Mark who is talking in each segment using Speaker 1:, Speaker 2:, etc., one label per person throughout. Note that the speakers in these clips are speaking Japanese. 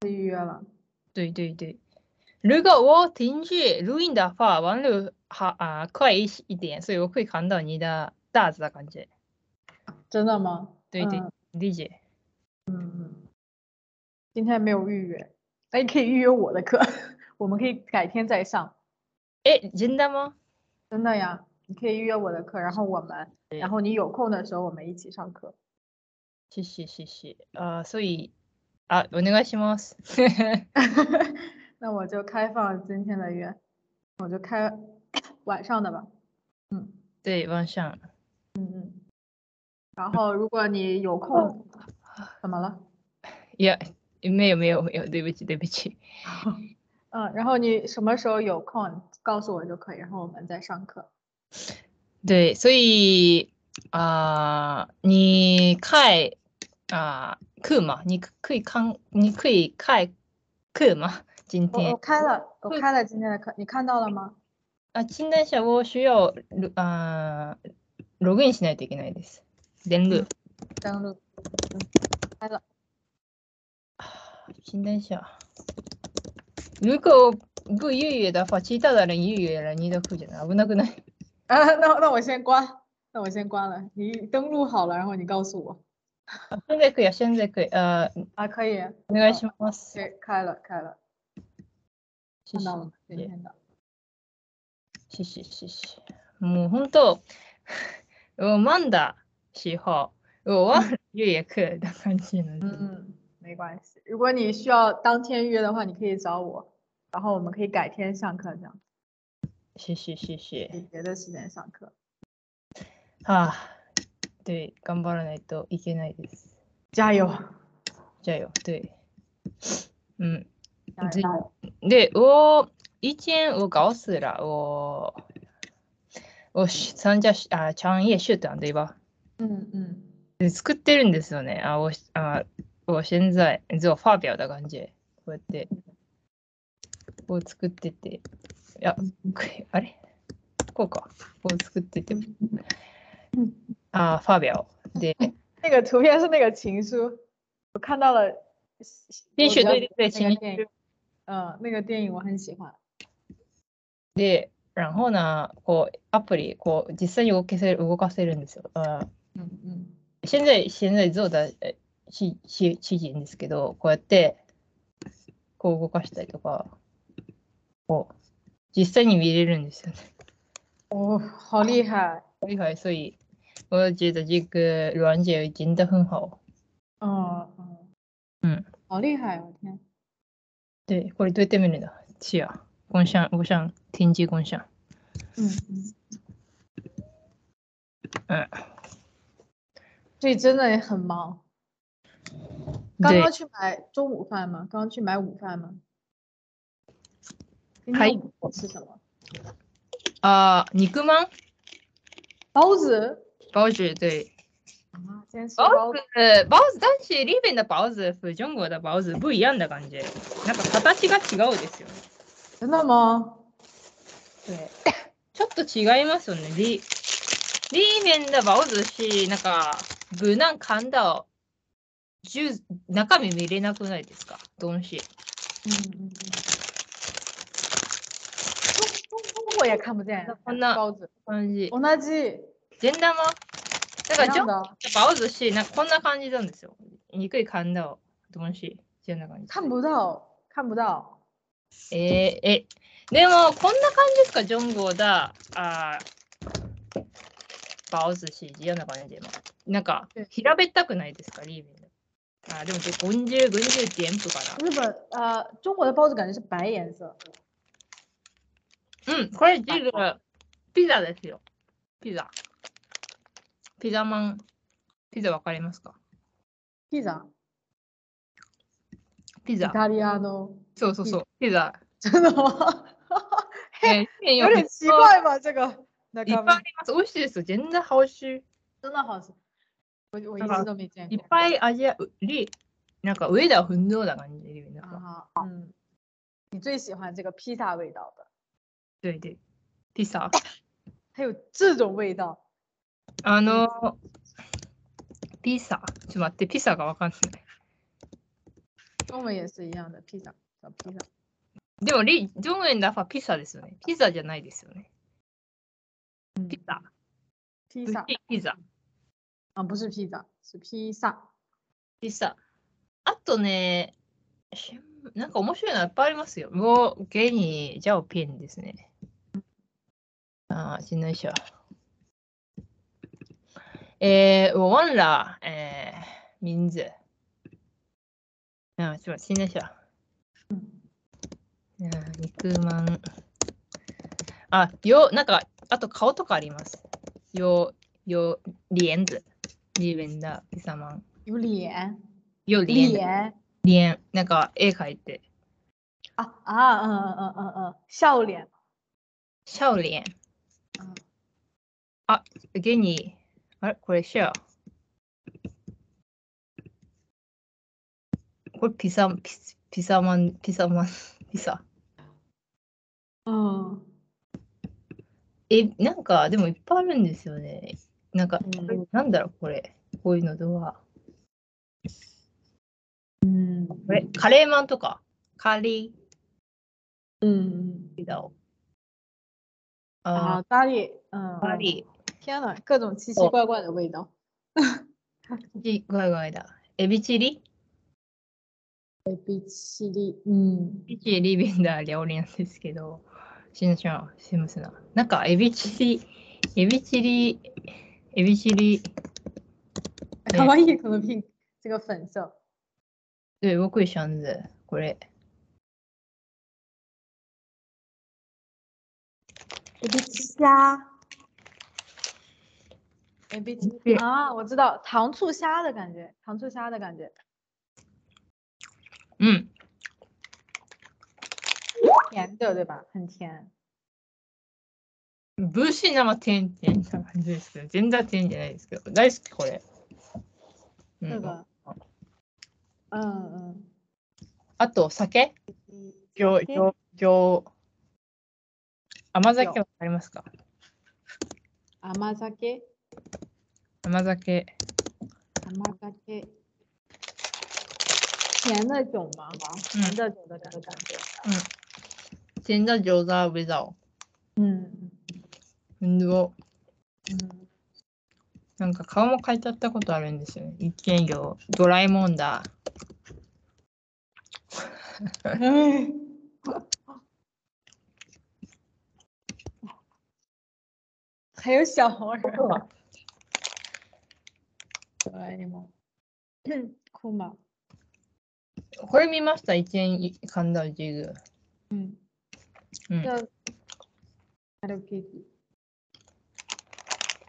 Speaker 1: 次预约了。
Speaker 2: 对对对，如果我停止录音的话，网络还啊快一一点，所以我会看到你的大字的感觉。
Speaker 1: 真的吗？
Speaker 2: 对对，
Speaker 1: 嗯
Speaker 2: 理解。
Speaker 1: 今天没有预约，那你可以预约我的课， 我们可以改天再上。
Speaker 2: 哎，真的吗？
Speaker 1: 真的呀，你可以预约我的课，然后我们，然后你有空的时候我们一起上课。
Speaker 2: 谢谢谢谢。啊，所以啊，お願いします。
Speaker 1: 那我就开放今天的约，我就开晚上的吧。
Speaker 2: 对，晚上。
Speaker 1: 然后如果你有空，怎么了？
Speaker 2: いや、没有没有没有，对不起对不起。
Speaker 1: 嗯，然后你什么时候有空告诉我就可以，然后我们再上课。
Speaker 2: 对，所以啊、你开啊、课嘛，你可以看，你可以开课嘛？今
Speaker 1: 我我
Speaker 2: 天
Speaker 1: 开了，我
Speaker 2: 会
Speaker 1: 开了今天的课，你看到了吗？
Speaker 2: あ、今天者を需要ロあーログインしないといけないです。連絡。
Speaker 1: 登录。
Speaker 2: 今天者。如果不预约的话，其他的人预约了，你的课じゃない危なくない。
Speaker 1: 啊，那那我先关，那我先关了。你登录好了，然后你告诉我。
Speaker 2: 现在可以，现在可以。呃、
Speaker 1: 啊，可以，
Speaker 2: お願いします。
Speaker 1: 对，开了，开了，
Speaker 2: 谢
Speaker 1: 看
Speaker 2: 谢
Speaker 1: 到了吗？今
Speaker 2: 谢
Speaker 1: 天的。
Speaker 2: 谢谢谢谢。もう本当、我慢的时候，我忘了预约课的感じなんで
Speaker 1: 嗯嗯，没关系。如果你需要当天约的话，你可以找我，然后我们可以改天上课，这样
Speaker 2: 谢谢谢谢。
Speaker 1: 你别的时间上课。
Speaker 2: はあ、对，頑張らないといけないです。
Speaker 1: 加油！
Speaker 2: じゃあよ、对。嗯，
Speaker 1: 加油
Speaker 2: 这
Speaker 1: 加油！
Speaker 2: で、我以前我告诉了我，我是参加あ创业社团对吧？
Speaker 1: 嗯嗯，
Speaker 2: で作ってるんですよね。あ、我あ、我现在做发表的感じ。こうやって。こう作ってて。いや、これあれこうか。こう作ってて。あ、ファビオ。で、
Speaker 1: 那个图片是那个情书，我看到了。
Speaker 2: 編集
Speaker 1: 我
Speaker 2: 对
Speaker 1: 比
Speaker 2: 对对，
Speaker 1: 较
Speaker 2: 情
Speaker 1: 喜欢那个电影，嗯，那个电影我很喜欢。
Speaker 2: で、然后呢、こう、アプリ、こう、実際に動かせる動かせるんですよ。あ
Speaker 1: 嗯嗯
Speaker 2: 現在、現在、ゾーダ、えし、し、知人ですけど、こうやって、こう動かしたりとか、こう、実際に見れるんですよね。
Speaker 1: 哦，好厉害！
Speaker 2: 厉害，所以我觉得这个软件真的很好。
Speaker 1: 嗯嗯
Speaker 2: 嗯，
Speaker 1: 好厉害！我天，
Speaker 2: 对，これどうやって見るんだ？是啊，共享，我想停止共享。
Speaker 1: 嗯嗯
Speaker 2: 嗯，
Speaker 1: 所以真的也很忙。刚
Speaker 2: 对
Speaker 1: 刚，去买中午饭吗？刚刚去买午饭吗？今
Speaker 2: 还
Speaker 1: 天午餐吃什么？
Speaker 2: 啊，肉まん
Speaker 1: 包子
Speaker 2: 包子，对，
Speaker 1: 啊，今天吃包
Speaker 2: 包
Speaker 1: 子
Speaker 2: 子，包子，但是日本的包子和中国的包子不一样的感觉，なんか形が違うですよね。
Speaker 1: 真的吗？
Speaker 2: 对，ちょっと違いますよね。リ、リーメンの包子し、なんか無難噛んだジュース中身見れなくないですか？东西。
Speaker 1: 嗯嗯嗯。中中中国也看不见呀，
Speaker 2: こんな
Speaker 1: 包子，
Speaker 2: 感じ。
Speaker 1: 同じ
Speaker 2: 善玉だか
Speaker 1: 一
Speaker 2: ら、ジョ
Speaker 1: 样
Speaker 2: ン
Speaker 1: 的，
Speaker 2: バウズし、なんかこんな感じなんですよ。憎い感動、楽しい。こんな感じ。
Speaker 1: 看不到，看不到。
Speaker 2: えー、え、でも、こんな感じですか、ジョンゴーだ。あーバウズし、嫌な感じでも。なんか
Speaker 1: うん、
Speaker 2: 平べったくないですか、リーベンの。あー、でも、50、50添付か
Speaker 1: 日本呃，中国的包子感觉是白颜色，
Speaker 2: な。うん、これ、ジグ、ピザですよ。ピザ。ピザマン。ピザわかりますか
Speaker 1: 披萨，
Speaker 2: ピ
Speaker 1: 意
Speaker 2: ザ。
Speaker 1: 大利亚都
Speaker 2: そうそうそう。ピザ。
Speaker 1: 真的吗？
Speaker 2: えー、
Speaker 1: 有点奇怪吧？这个，那
Speaker 2: いっぱ
Speaker 1: 个
Speaker 2: いあります。美味しいですよ。全然美味しい。
Speaker 1: 真的好吃，我我一
Speaker 2: 吧
Speaker 1: 直都没见
Speaker 2: い
Speaker 1: 过
Speaker 2: っ。ぱい味や、うり、なんか上だ、ふんどうだ感じで。なんか、
Speaker 1: 啊，嗯，你最喜欢这个披萨味道的？
Speaker 2: 对对。ピザ。
Speaker 1: 还有这种味道，
Speaker 2: あの、ピザ。ちょっと待って、ピザがわかんない。
Speaker 1: 中文也是一样的，披萨，小披萨。
Speaker 2: でも、リ中文的话ピザですよね。ピザじゃないですよね。
Speaker 1: 嗯，
Speaker 2: ピザ。
Speaker 1: 披萨嗯
Speaker 2: ピザ。
Speaker 1: 啊，不是披萨，是披萨。
Speaker 2: ピザ。あとね、しなんか面白いのいっぱいありますよ。もう、ゲニー、ジャオピンですね。ああ、しんないしょ。えー、我忘了、えー、名字。あ、ちょっと、しんないしょ。うん肉まん。あ、よ、なんか、あと顔とかあります。よ、よ、リエンズ。リベンダ、ピサマン。
Speaker 1: 有脸，
Speaker 2: よ、リエンズ。
Speaker 1: 脸
Speaker 2: 脸なんか絵描いて。
Speaker 1: 啊啊，嗯嗯嗯嗯嗯，笑脸。
Speaker 2: シャオリエン
Speaker 1: 嗯，
Speaker 2: ゲニー。あれこれシャオ。これピサ、ピスピサマン、ピサマン、ピサ。
Speaker 1: 嗯
Speaker 2: え、なんかでもいっぱいあるんですよね。なんか、
Speaker 1: うん
Speaker 2: なんだろうこれ。こういうのとは。
Speaker 1: 嗯，
Speaker 2: これ、カレーマンとか。カリ
Speaker 1: 嗯
Speaker 2: ーダオ。
Speaker 1: 啊，
Speaker 2: あ
Speaker 1: 咖喱，
Speaker 2: ー、
Speaker 1: 哦嗯，
Speaker 2: カ。リ
Speaker 1: 天呐，各种奇奇怪怪的味道。
Speaker 2: ー。ちぐいぐいだ。エビチリ
Speaker 1: 比起力，嗯，
Speaker 2: ビチリベンダー料理なんですけど、しんしゃん、すいませんな。なんか、エビチリ、エビチリ、エビチリ、
Speaker 1: 卡哇伊可能比这个粉色。
Speaker 2: で、僕シャンズ、これ。
Speaker 1: A B 虾，A B
Speaker 2: 对
Speaker 1: 啊，我知道糖醋虾的感觉，糖醋虾的感觉，
Speaker 2: うん。
Speaker 1: 甜的对吧？很甜。
Speaker 2: ブーシー生テンテンな感じですけど、全然テンじゃないですけど、大好き、これ。う
Speaker 1: 这
Speaker 2: ん、
Speaker 1: 个，嗯
Speaker 2: あと、酒
Speaker 1: 嗯，
Speaker 2: 行、
Speaker 1: 酒
Speaker 2: 行、行。甘酒はありますか
Speaker 1: 阿玛扎给，
Speaker 2: 甘酒。
Speaker 1: 阿玛扎给，甜的酒吗？甜的酒的感觉。
Speaker 2: チェンダ餃子ウェザオ。
Speaker 1: 嗯
Speaker 2: ウンドゥオ。
Speaker 1: 嗯
Speaker 2: なんか顔も変えちゃったことあるんですよね。一見よ、ドラえもんだ。
Speaker 1: 嗯， 还有小黄人。可爱吗？ 酷吗？
Speaker 2: これ見ました、一見神田ジグ。
Speaker 1: 嗯，
Speaker 2: うん
Speaker 1: 叫 Hello Kitty。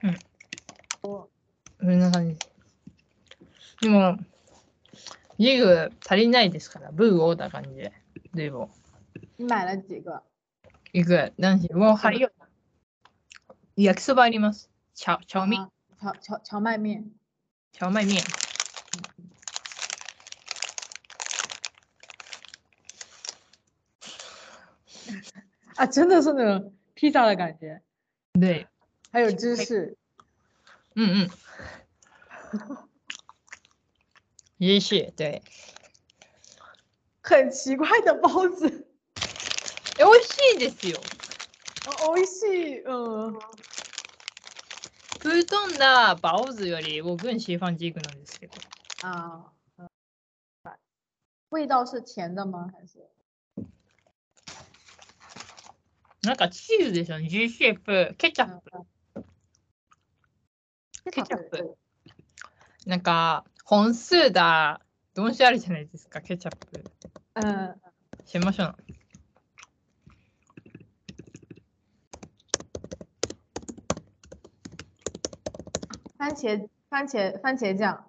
Speaker 2: 嗯，
Speaker 1: 我
Speaker 2: こんな感じです。でも、ジグ足りないですから、ブーオーだ感じで。でも、
Speaker 1: 你买了几个？
Speaker 2: いく、男子、もう、はいよ。焼きそばあります。チャチャオミ、
Speaker 1: 啊荞荞荞麦面。
Speaker 2: チャオマイミン。
Speaker 1: 啊，真的是那种披萨的感觉，
Speaker 2: で、
Speaker 1: 还有芝士。
Speaker 2: うんうん。ジシで。
Speaker 1: 很奇怪的包子，
Speaker 2: え、美味しいですよ。
Speaker 1: 哦美味しい。嗯，
Speaker 2: ブートンダーバオズより僕んシーファンジーグなんですけど。
Speaker 1: 啊，嗯味道是甜的吗？还是？
Speaker 2: なんかチーズでしょ、ジューシェフ、ケチャッ
Speaker 1: 嗯嗯
Speaker 2: ケチャップ。プ、なんか本数だ、どんしあるじゃないですか、ケチャップ。
Speaker 1: 嗯，
Speaker 2: しましょう。
Speaker 1: 番茄番茄番茄酱，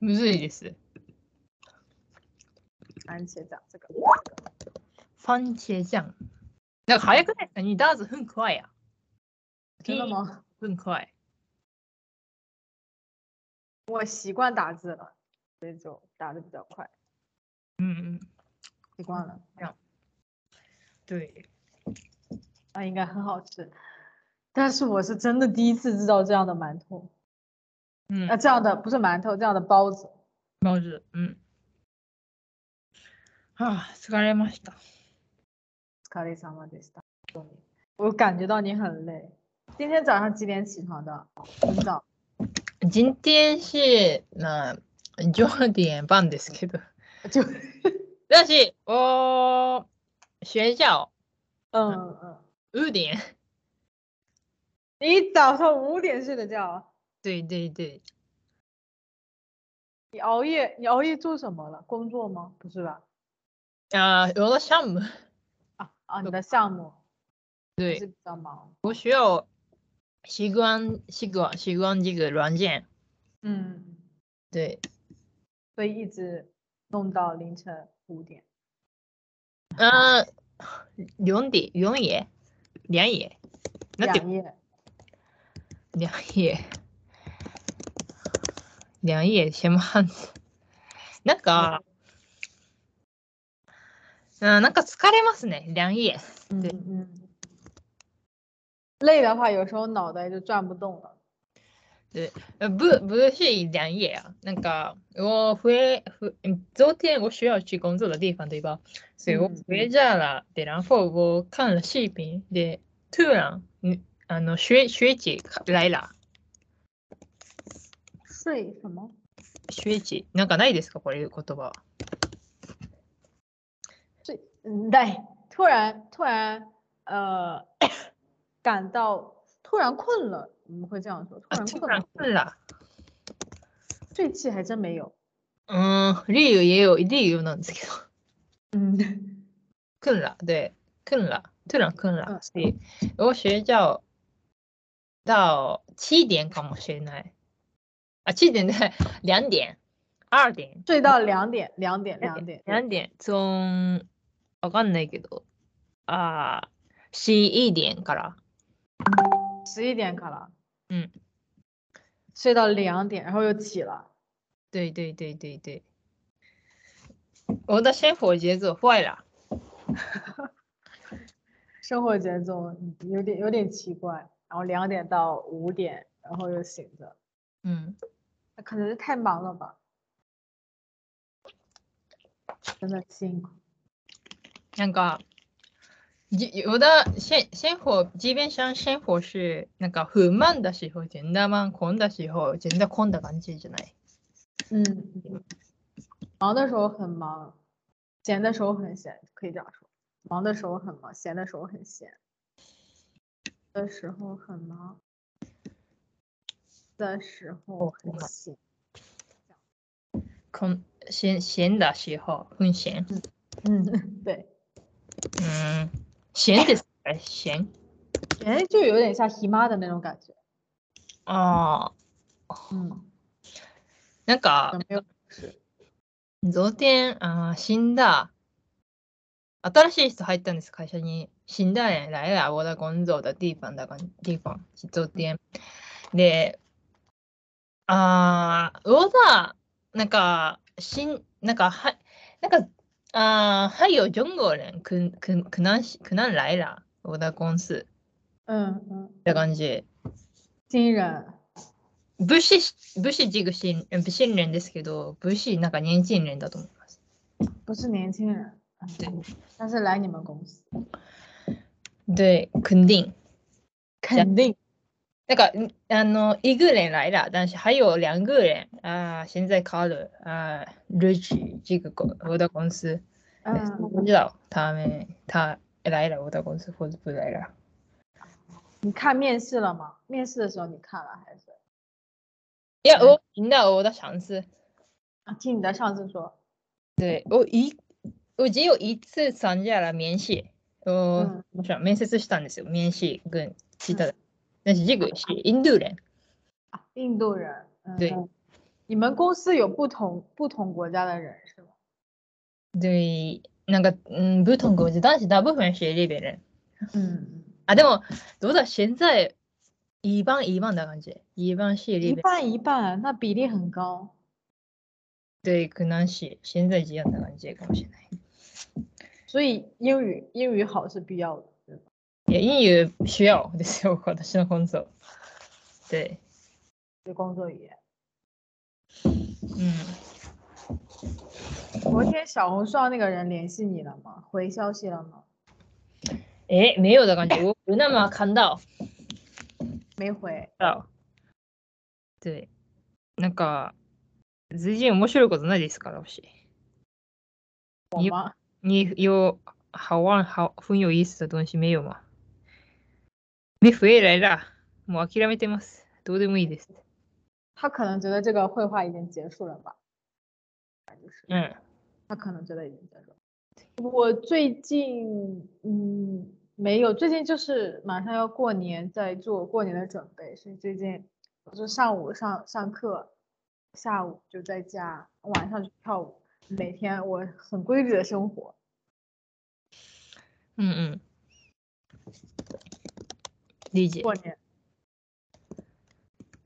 Speaker 2: むずいです。
Speaker 1: 番茄酱这个。
Speaker 2: ファンチェジャン。なんか早くないですかにダーズフンクワイや。
Speaker 1: 真的吗？
Speaker 2: フンクワイ。
Speaker 1: 我习惯打字了，所以就打的比较快，
Speaker 2: うんうん。
Speaker 1: 习惯了。
Speaker 2: 对。
Speaker 1: 那应该很好吃，但是我是真的第一次知道这样的馒头，呃
Speaker 2: うん
Speaker 1: 啊，这样的不是馒头，这样的包子。
Speaker 2: まず、うん。はあ、疲れました。
Speaker 1: 疲れ様でした。我感觉到你很累。今天早上几点起床的？很早。
Speaker 2: 今天是那九点半ですけど，
Speaker 1: 就
Speaker 2: 但是我学校
Speaker 1: 嗯嗯 嗯。
Speaker 2: 五点，
Speaker 1: 你早上五点睡的觉啊？
Speaker 2: 对对对，
Speaker 1: 你熬夜，你熬夜做什么了？工作吗？不是吧？
Speaker 2: 啊、我的项目，
Speaker 1: 啊啊，你的项目还
Speaker 2: 对
Speaker 1: 是，比较忙。
Speaker 2: 我需要习惯习惯习惯这个软件，
Speaker 1: 嗯，
Speaker 2: 对，
Speaker 1: 所以一直弄到凌晨五点。
Speaker 2: 嗯、两点两夜两夜，那得
Speaker 1: 两夜
Speaker 2: 两夜两夜什么样子？なんか、うん、なんか疲れますね。两夜。
Speaker 1: 嗯
Speaker 2: 对
Speaker 1: 嗯。累的话，有时候脑袋就转不动了。
Speaker 2: 呃不不是两夜啊，那个我回回嗯昨天我需要去工作的地方对吧？所以我
Speaker 1: 嗯
Speaker 2: 回家了，对然后我看了视频，で突然嗯あの学学姐来了，
Speaker 1: 睡什么？
Speaker 2: 学姐なんかないですかこれいう言葉？
Speaker 1: 睡嗯，对，突然突然呃， 感到突然困了，我们会这样说，突
Speaker 2: あ
Speaker 1: 然
Speaker 2: 啊突
Speaker 1: 困
Speaker 2: 然
Speaker 1: 了。
Speaker 2: 困了。
Speaker 1: 这期还真没有。
Speaker 2: うん理由也有理由なんですけど。
Speaker 1: 嗯。
Speaker 2: 困了，对，困了，突然困了
Speaker 1: 嗯，
Speaker 2: 所以我学校到七点かもしれない。あ、七点で 两点、二点、
Speaker 1: 睡到两点，两点，两点，
Speaker 2: 两点、从わかんないけど、あ、十一点から。
Speaker 1: 十一点卡了。
Speaker 2: 嗯，
Speaker 1: 睡到两点，然后又起了。
Speaker 2: 对对对对对。我的生活节奏坏了。
Speaker 1: 生活节奏嗯有点有点奇怪，然后两点到五点，然后又醒着，
Speaker 2: 嗯，
Speaker 1: 那可能是太忙了吧，真的辛苦。
Speaker 2: なんか、じ我的生生活，基本上生活是なんか不満だし、全然満混だし、全然混んだ感じじゃない。
Speaker 1: 嗯，嗯忙的时候很忙，闲的时候很闲，可以这样说。忙的时候很忙，闲的时候很闲，的时候很忙，的时候
Speaker 2: 哦很
Speaker 1: 很
Speaker 2: 忙
Speaker 1: 闲。
Speaker 2: こん闲闲的时候很闲。
Speaker 1: 嗯， 对，
Speaker 2: 嗯，闲です。哎，闲
Speaker 1: 哎，就有点像姨妈的那种感觉。
Speaker 2: あー
Speaker 1: 嗯，
Speaker 2: なんか
Speaker 1: 有没有？
Speaker 2: 昨天あー死んだ新しい人入ったんです会社に死んだね来来我的工作的地方だが地方昨天であー我的なんか死んなんかはなんかあーはいよジョンゴーレンくんくんくなんしくなん来ら我的公司
Speaker 1: 嗯嗯，
Speaker 2: だ感じ
Speaker 1: 新人，
Speaker 2: 武士し、武士ジグ新、不信任ですけど、武士なんか年金連だと思います。
Speaker 1: 不是年轻人，嗯
Speaker 2: 对，
Speaker 1: 但是来你们公司
Speaker 2: で、肯定。
Speaker 1: 肯定。
Speaker 2: なんか、んあの、イグレン来了、但是还有两个人。あー、现在考虑。あー、ルチ、ジグコ、我的公司。
Speaker 1: 嗯，
Speaker 2: 不知道、他们、他来了、我的公司、或者不来了。
Speaker 1: 你看面试了吗？面试的时候你看了还是？
Speaker 2: いや、我赢了我的上司。
Speaker 1: 啊听你的上司说，
Speaker 2: で、お、い、お、只有一次参加了面試。お、
Speaker 1: 嗯
Speaker 2: もちろん面接したんですよ。面試、軍、しただ。但是这个是印度人。
Speaker 1: 啊，印度人，嗯，
Speaker 2: 对，
Speaker 1: 你们公司有不同不同国家的人是吗？
Speaker 2: 对，なんか、うん、不同国籍，但是大部分是日本人。
Speaker 1: 嗯，
Speaker 2: あ、でも、どうだ、现在一般一般的感觉，一般是日
Speaker 1: 一
Speaker 2: 本。
Speaker 1: 半一半，啊那比例很高。
Speaker 2: 对，可能是现在这样的感觉かもしれない。
Speaker 1: 所以英语英语好是必要的，对吧？
Speaker 2: いや、英語需要ですよ、私の工作。对，
Speaker 1: 对工作语言。
Speaker 2: 嗯，
Speaker 1: 昨天小红书上那个人联系你了吗？回消息了吗？
Speaker 2: 哎，没有的感觉，我我那么看到。
Speaker 1: 没回。
Speaker 2: あで、なんか、随時面白いことないですから、私。
Speaker 1: 我吗？
Speaker 2: 你有好玩、好很有意思的东西没有吗目増えられら、もう諦めてます。どうでもいいです。
Speaker 1: 他可能觉得这个绘画已经结束了吧，
Speaker 2: うん。
Speaker 1: 他可能觉得已经结束了。我最近嗯没有，最近就是马上要过年，在做过年的准备，所以最近我就上午上上课，下午就在家，晚上去跳舞，每天我很规律的生活。
Speaker 2: うんうん。理解。
Speaker 1: 过年。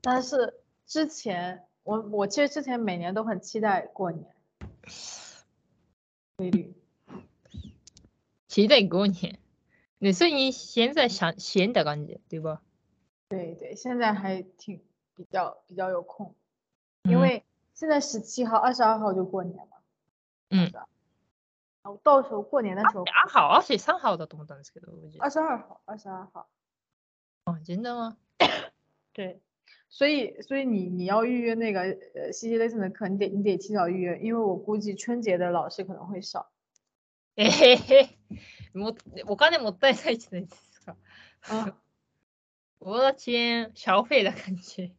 Speaker 1: 但是之前我我其实之前每年都很期待过年，规律。
Speaker 2: 期待五年。对，所以你现在想闲的感觉，对吧？
Speaker 1: 对对，现在还挺比较比较有空，因为现在十七号、二十二号就过年嘛。
Speaker 2: 嗯
Speaker 1: 22。然后到时候过年的时候，
Speaker 2: あ、好、あし三号だと思ったんですけど、無事
Speaker 1: 二十二号、二十二号。
Speaker 2: あ、全然は。
Speaker 1: 对，所以所以你你要预约那个呃 C C lesson 的课，你得你得提早预约，因为我估计春节的老师可能会少。
Speaker 2: えへへ。もお金もったいないじゃないですか。
Speaker 1: 嗯。
Speaker 2: 我的钱消费的感觉。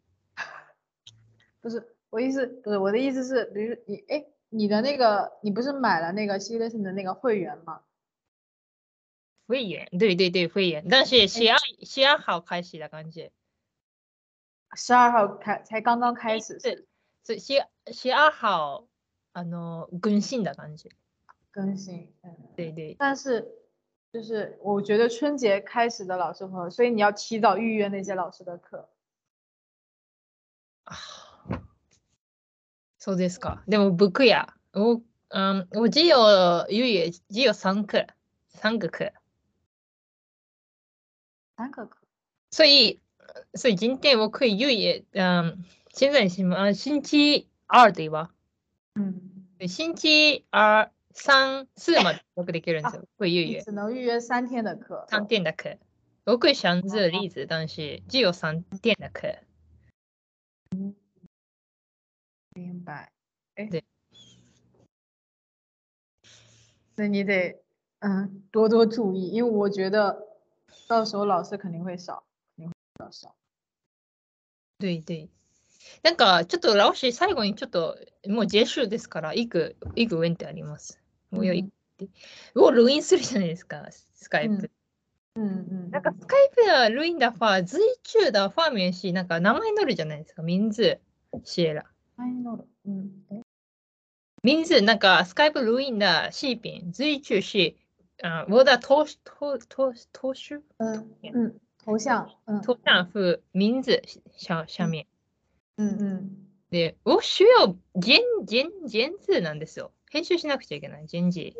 Speaker 1: 不是我意思，不是我的意思是，比如你哎，你的那个你不是买了那个 C Lesson 的那个会员吗？
Speaker 2: 会员，对对对，会员。但是西安西安好开始的感觉。
Speaker 1: 十二号开才刚刚开始
Speaker 2: 对所以西西安好，あの更新的感觉。
Speaker 1: 更新，嗯，
Speaker 2: 对对。
Speaker 1: 但是就是我觉得春节开始的老师朋友，所以你要提早预约那些老师的课。
Speaker 2: あそうですか。でも僕や、お、うん、お授業、ゆい、授業三科、三个科。
Speaker 1: 三个课，
Speaker 2: 所以，所以今天我可以ゆい、嗯，现在什么？星期二对吧？
Speaker 1: 嗯，
Speaker 2: 对星期二、三、四まで僕できるんですよ。可以ゆ
Speaker 1: 你
Speaker 2: い。
Speaker 1: 只能预约三天的课。
Speaker 2: 三点的课。僕想这例子，但是只有三点的课。
Speaker 1: 明白。哎，
Speaker 2: 对，
Speaker 1: 那你得嗯多多注意，因为我觉得到时候老师肯定会少，肯定会比较少。
Speaker 2: 对对。なんかちょっとラオシ最後にちょっともうジェシュですから、いく、いくウェンってあります。もうよい、
Speaker 1: 嗯
Speaker 2: をログインするじゃないですか、スカイプ。
Speaker 1: 嗯嗯，
Speaker 2: なんか
Speaker 1: 嗯
Speaker 2: スカイプはルインダファー、ズイチューダファーミュンシー、なんか名前載るじゃないですか、ミンズ、シエラ。
Speaker 1: 欢迎弄嗯，哎，
Speaker 2: ミンズ、なんかスカイプルインダ、シーピン、ズイチューシー、あウォーダー投手、投投投手
Speaker 1: 嗯嗯，头像，嗯
Speaker 2: 投上風、ミンズ、下下面。
Speaker 1: 嗯嗯，
Speaker 2: で、を主要、ジェン、ジェン、ジェンズなんですよ。編集しなくちゃいけない、ジェンジ。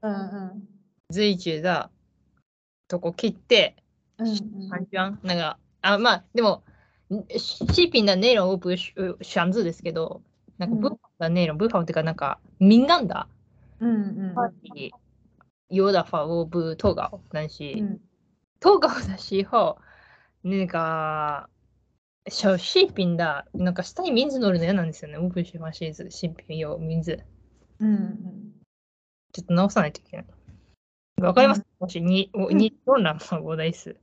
Speaker 1: 嗯嗯
Speaker 2: 随中だとこ切って、
Speaker 1: 嗯嗯
Speaker 2: 感じはんなんか、あ、まあ、でも、んシシーピンだネイロンオープンシュシャンズですけど、なんか
Speaker 1: うん
Speaker 2: ブーファンだネイロン、ブーファンっていうか、なんか、みんなんだ。
Speaker 1: 嗯嗯
Speaker 2: パーティー、ヨーダファオブトーガオなんし、
Speaker 1: 嗯
Speaker 2: トーガオだし、ほう、なんか、シャシーピンだ、なんか下にミンズ乗るの嫌なんですよね、オープンシュマシーズ、シーピン用ミンズ。
Speaker 1: 嗯嗯，
Speaker 2: ちょっと直さないといけない。わかります、もし、に、お
Speaker 1: うん
Speaker 2: に、どんなもごです。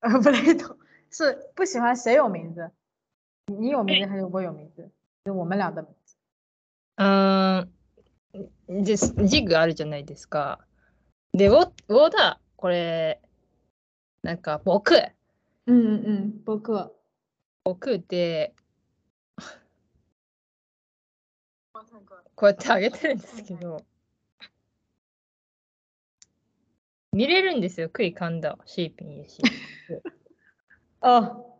Speaker 1: 呃， 不太懂，是不喜欢谁有名字？你有名字还是我有名字？就我们俩的名字。
Speaker 2: うーん。で、ジグあるじゃないですか。で、ウォウォーダー、これ、なんか、僕、
Speaker 1: 嗯嗯嗯，播客。
Speaker 2: 僕で、
Speaker 1: 我唱歌。
Speaker 2: こうやってあげてるんですけど、見れるんですよ、クイカンダ、シーピンやし。
Speaker 1: 哦，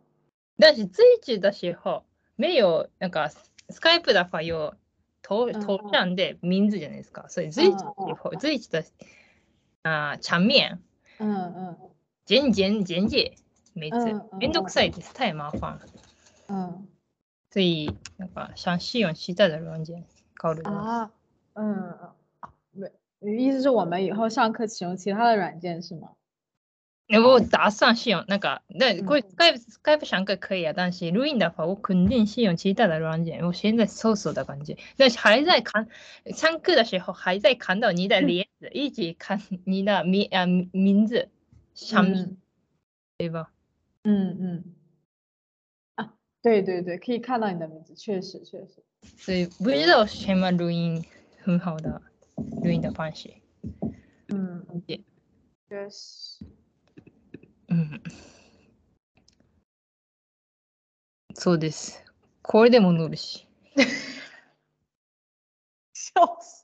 Speaker 2: だし、ツイッチだし、ほ、目よ、なんか、スカイプだファよ、と、
Speaker 1: うん
Speaker 2: とちゃんで、ミンズじゃないですか。それ、ツイッチだ
Speaker 1: うんうん
Speaker 2: し、ほ、ツイッチだし、あー、ちゃんみえん。
Speaker 1: 嗯嗯
Speaker 2: ジェンジェンジェンジェめっち
Speaker 1: うんうん
Speaker 2: ゃ
Speaker 1: うん
Speaker 2: めんどくさいです、太麻烦。
Speaker 1: 嗯
Speaker 2: 所以、なんか、シャンシオンシータダルワンジェン。考虑ます。
Speaker 1: 啊，嗯，啊没，意思是我们以后上课使用其他的软件是吗？
Speaker 2: えを打算しよう。なんか、で
Speaker 1: うん
Speaker 2: これ、スカイプ、スカイプ上课可以啊，但是录音的话，我肯定是用其他的软件。我现在搜索的感觉，但是还在看，上课的时候还在看到你的脸子，一直看你的名啊名字，上面、
Speaker 1: 嗯
Speaker 2: 对吧？
Speaker 1: 嗯嗯，啊，对对对，可以看到你的名字，确实确实，
Speaker 2: 所以不知道什么录音很好的录音的方式。
Speaker 1: 嗯嗯
Speaker 2: 也，
Speaker 1: 确实，
Speaker 2: うんそうです。これでも乗るし。
Speaker 1: 笑死，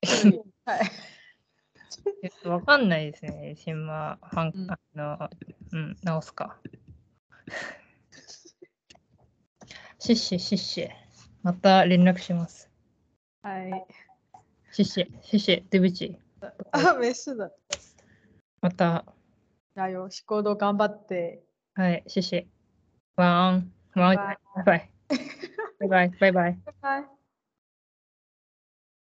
Speaker 1: 这个变态
Speaker 2: えっとわかんないですね。シンマファン、
Speaker 1: うん
Speaker 2: あの、うん、直すか。 シッシシッシ。また連絡します。
Speaker 1: 哎，
Speaker 2: シッシシッシ、デブチ。
Speaker 1: 啊，没事的，
Speaker 2: また、
Speaker 1: 加油，过多干巴的，
Speaker 2: はい、シッシ。ワン、ワン、
Speaker 1: バ
Speaker 2: バイバイ。バイバイ、バイバイ。
Speaker 1: 拜拜。